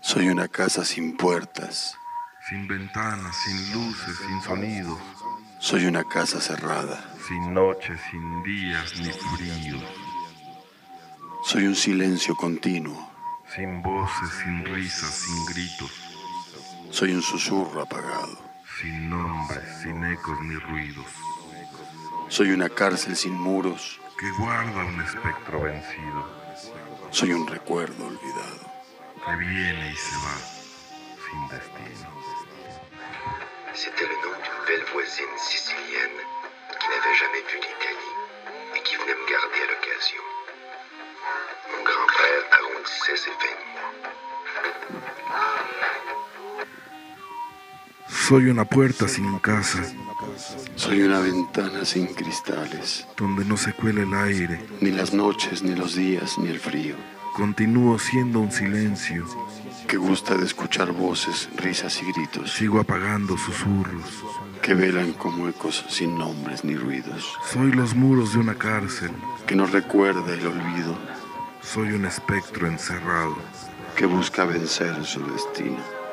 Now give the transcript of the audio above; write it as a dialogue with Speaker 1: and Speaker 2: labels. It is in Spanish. Speaker 1: Soy una casa sin puertas.
Speaker 2: Sin ventanas, sin luces, sin sonidos.
Speaker 1: Soy una casa cerrada.
Speaker 2: Sin noches, sin días, ni frío.
Speaker 1: Soy un silencio continuo.
Speaker 2: Sin voces, sin risas, sin gritos.
Speaker 1: Soy un susurro apagado.
Speaker 2: Sin nombres, sin ecos ni ruidos.
Speaker 1: Soy una cárcel sin muros.
Speaker 2: Que guarda un espectro vencido.
Speaker 1: Soy un recuerdo olvidado.
Speaker 2: Que viene y se va sin destino.
Speaker 3: C'était le nom d'une belle voisine sicilienne qui n'avait jamais vu l'Italie et qui venait me garder à l'occasion. Mon grand-père arrondissait ses fins
Speaker 2: Soy una puerta sin casa,
Speaker 1: Soy una ventana sin cristales.
Speaker 2: donde no se cuela el aire.
Speaker 1: Ni las noches, ni los días, ni el frío.
Speaker 2: Continúo siendo un silencio.
Speaker 1: Que gusta de escuchar voces, risas y gritos.
Speaker 2: Sigo apagando susurros.
Speaker 1: Que velan como ecos sin nombres ni ruidos.
Speaker 2: Soy los muros de una cárcel.
Speaker 1: Que nos recuerda el olvido.
Speaker 2: Soy un espectro encerrado.
Speaker 1: Que busca vencer su destino.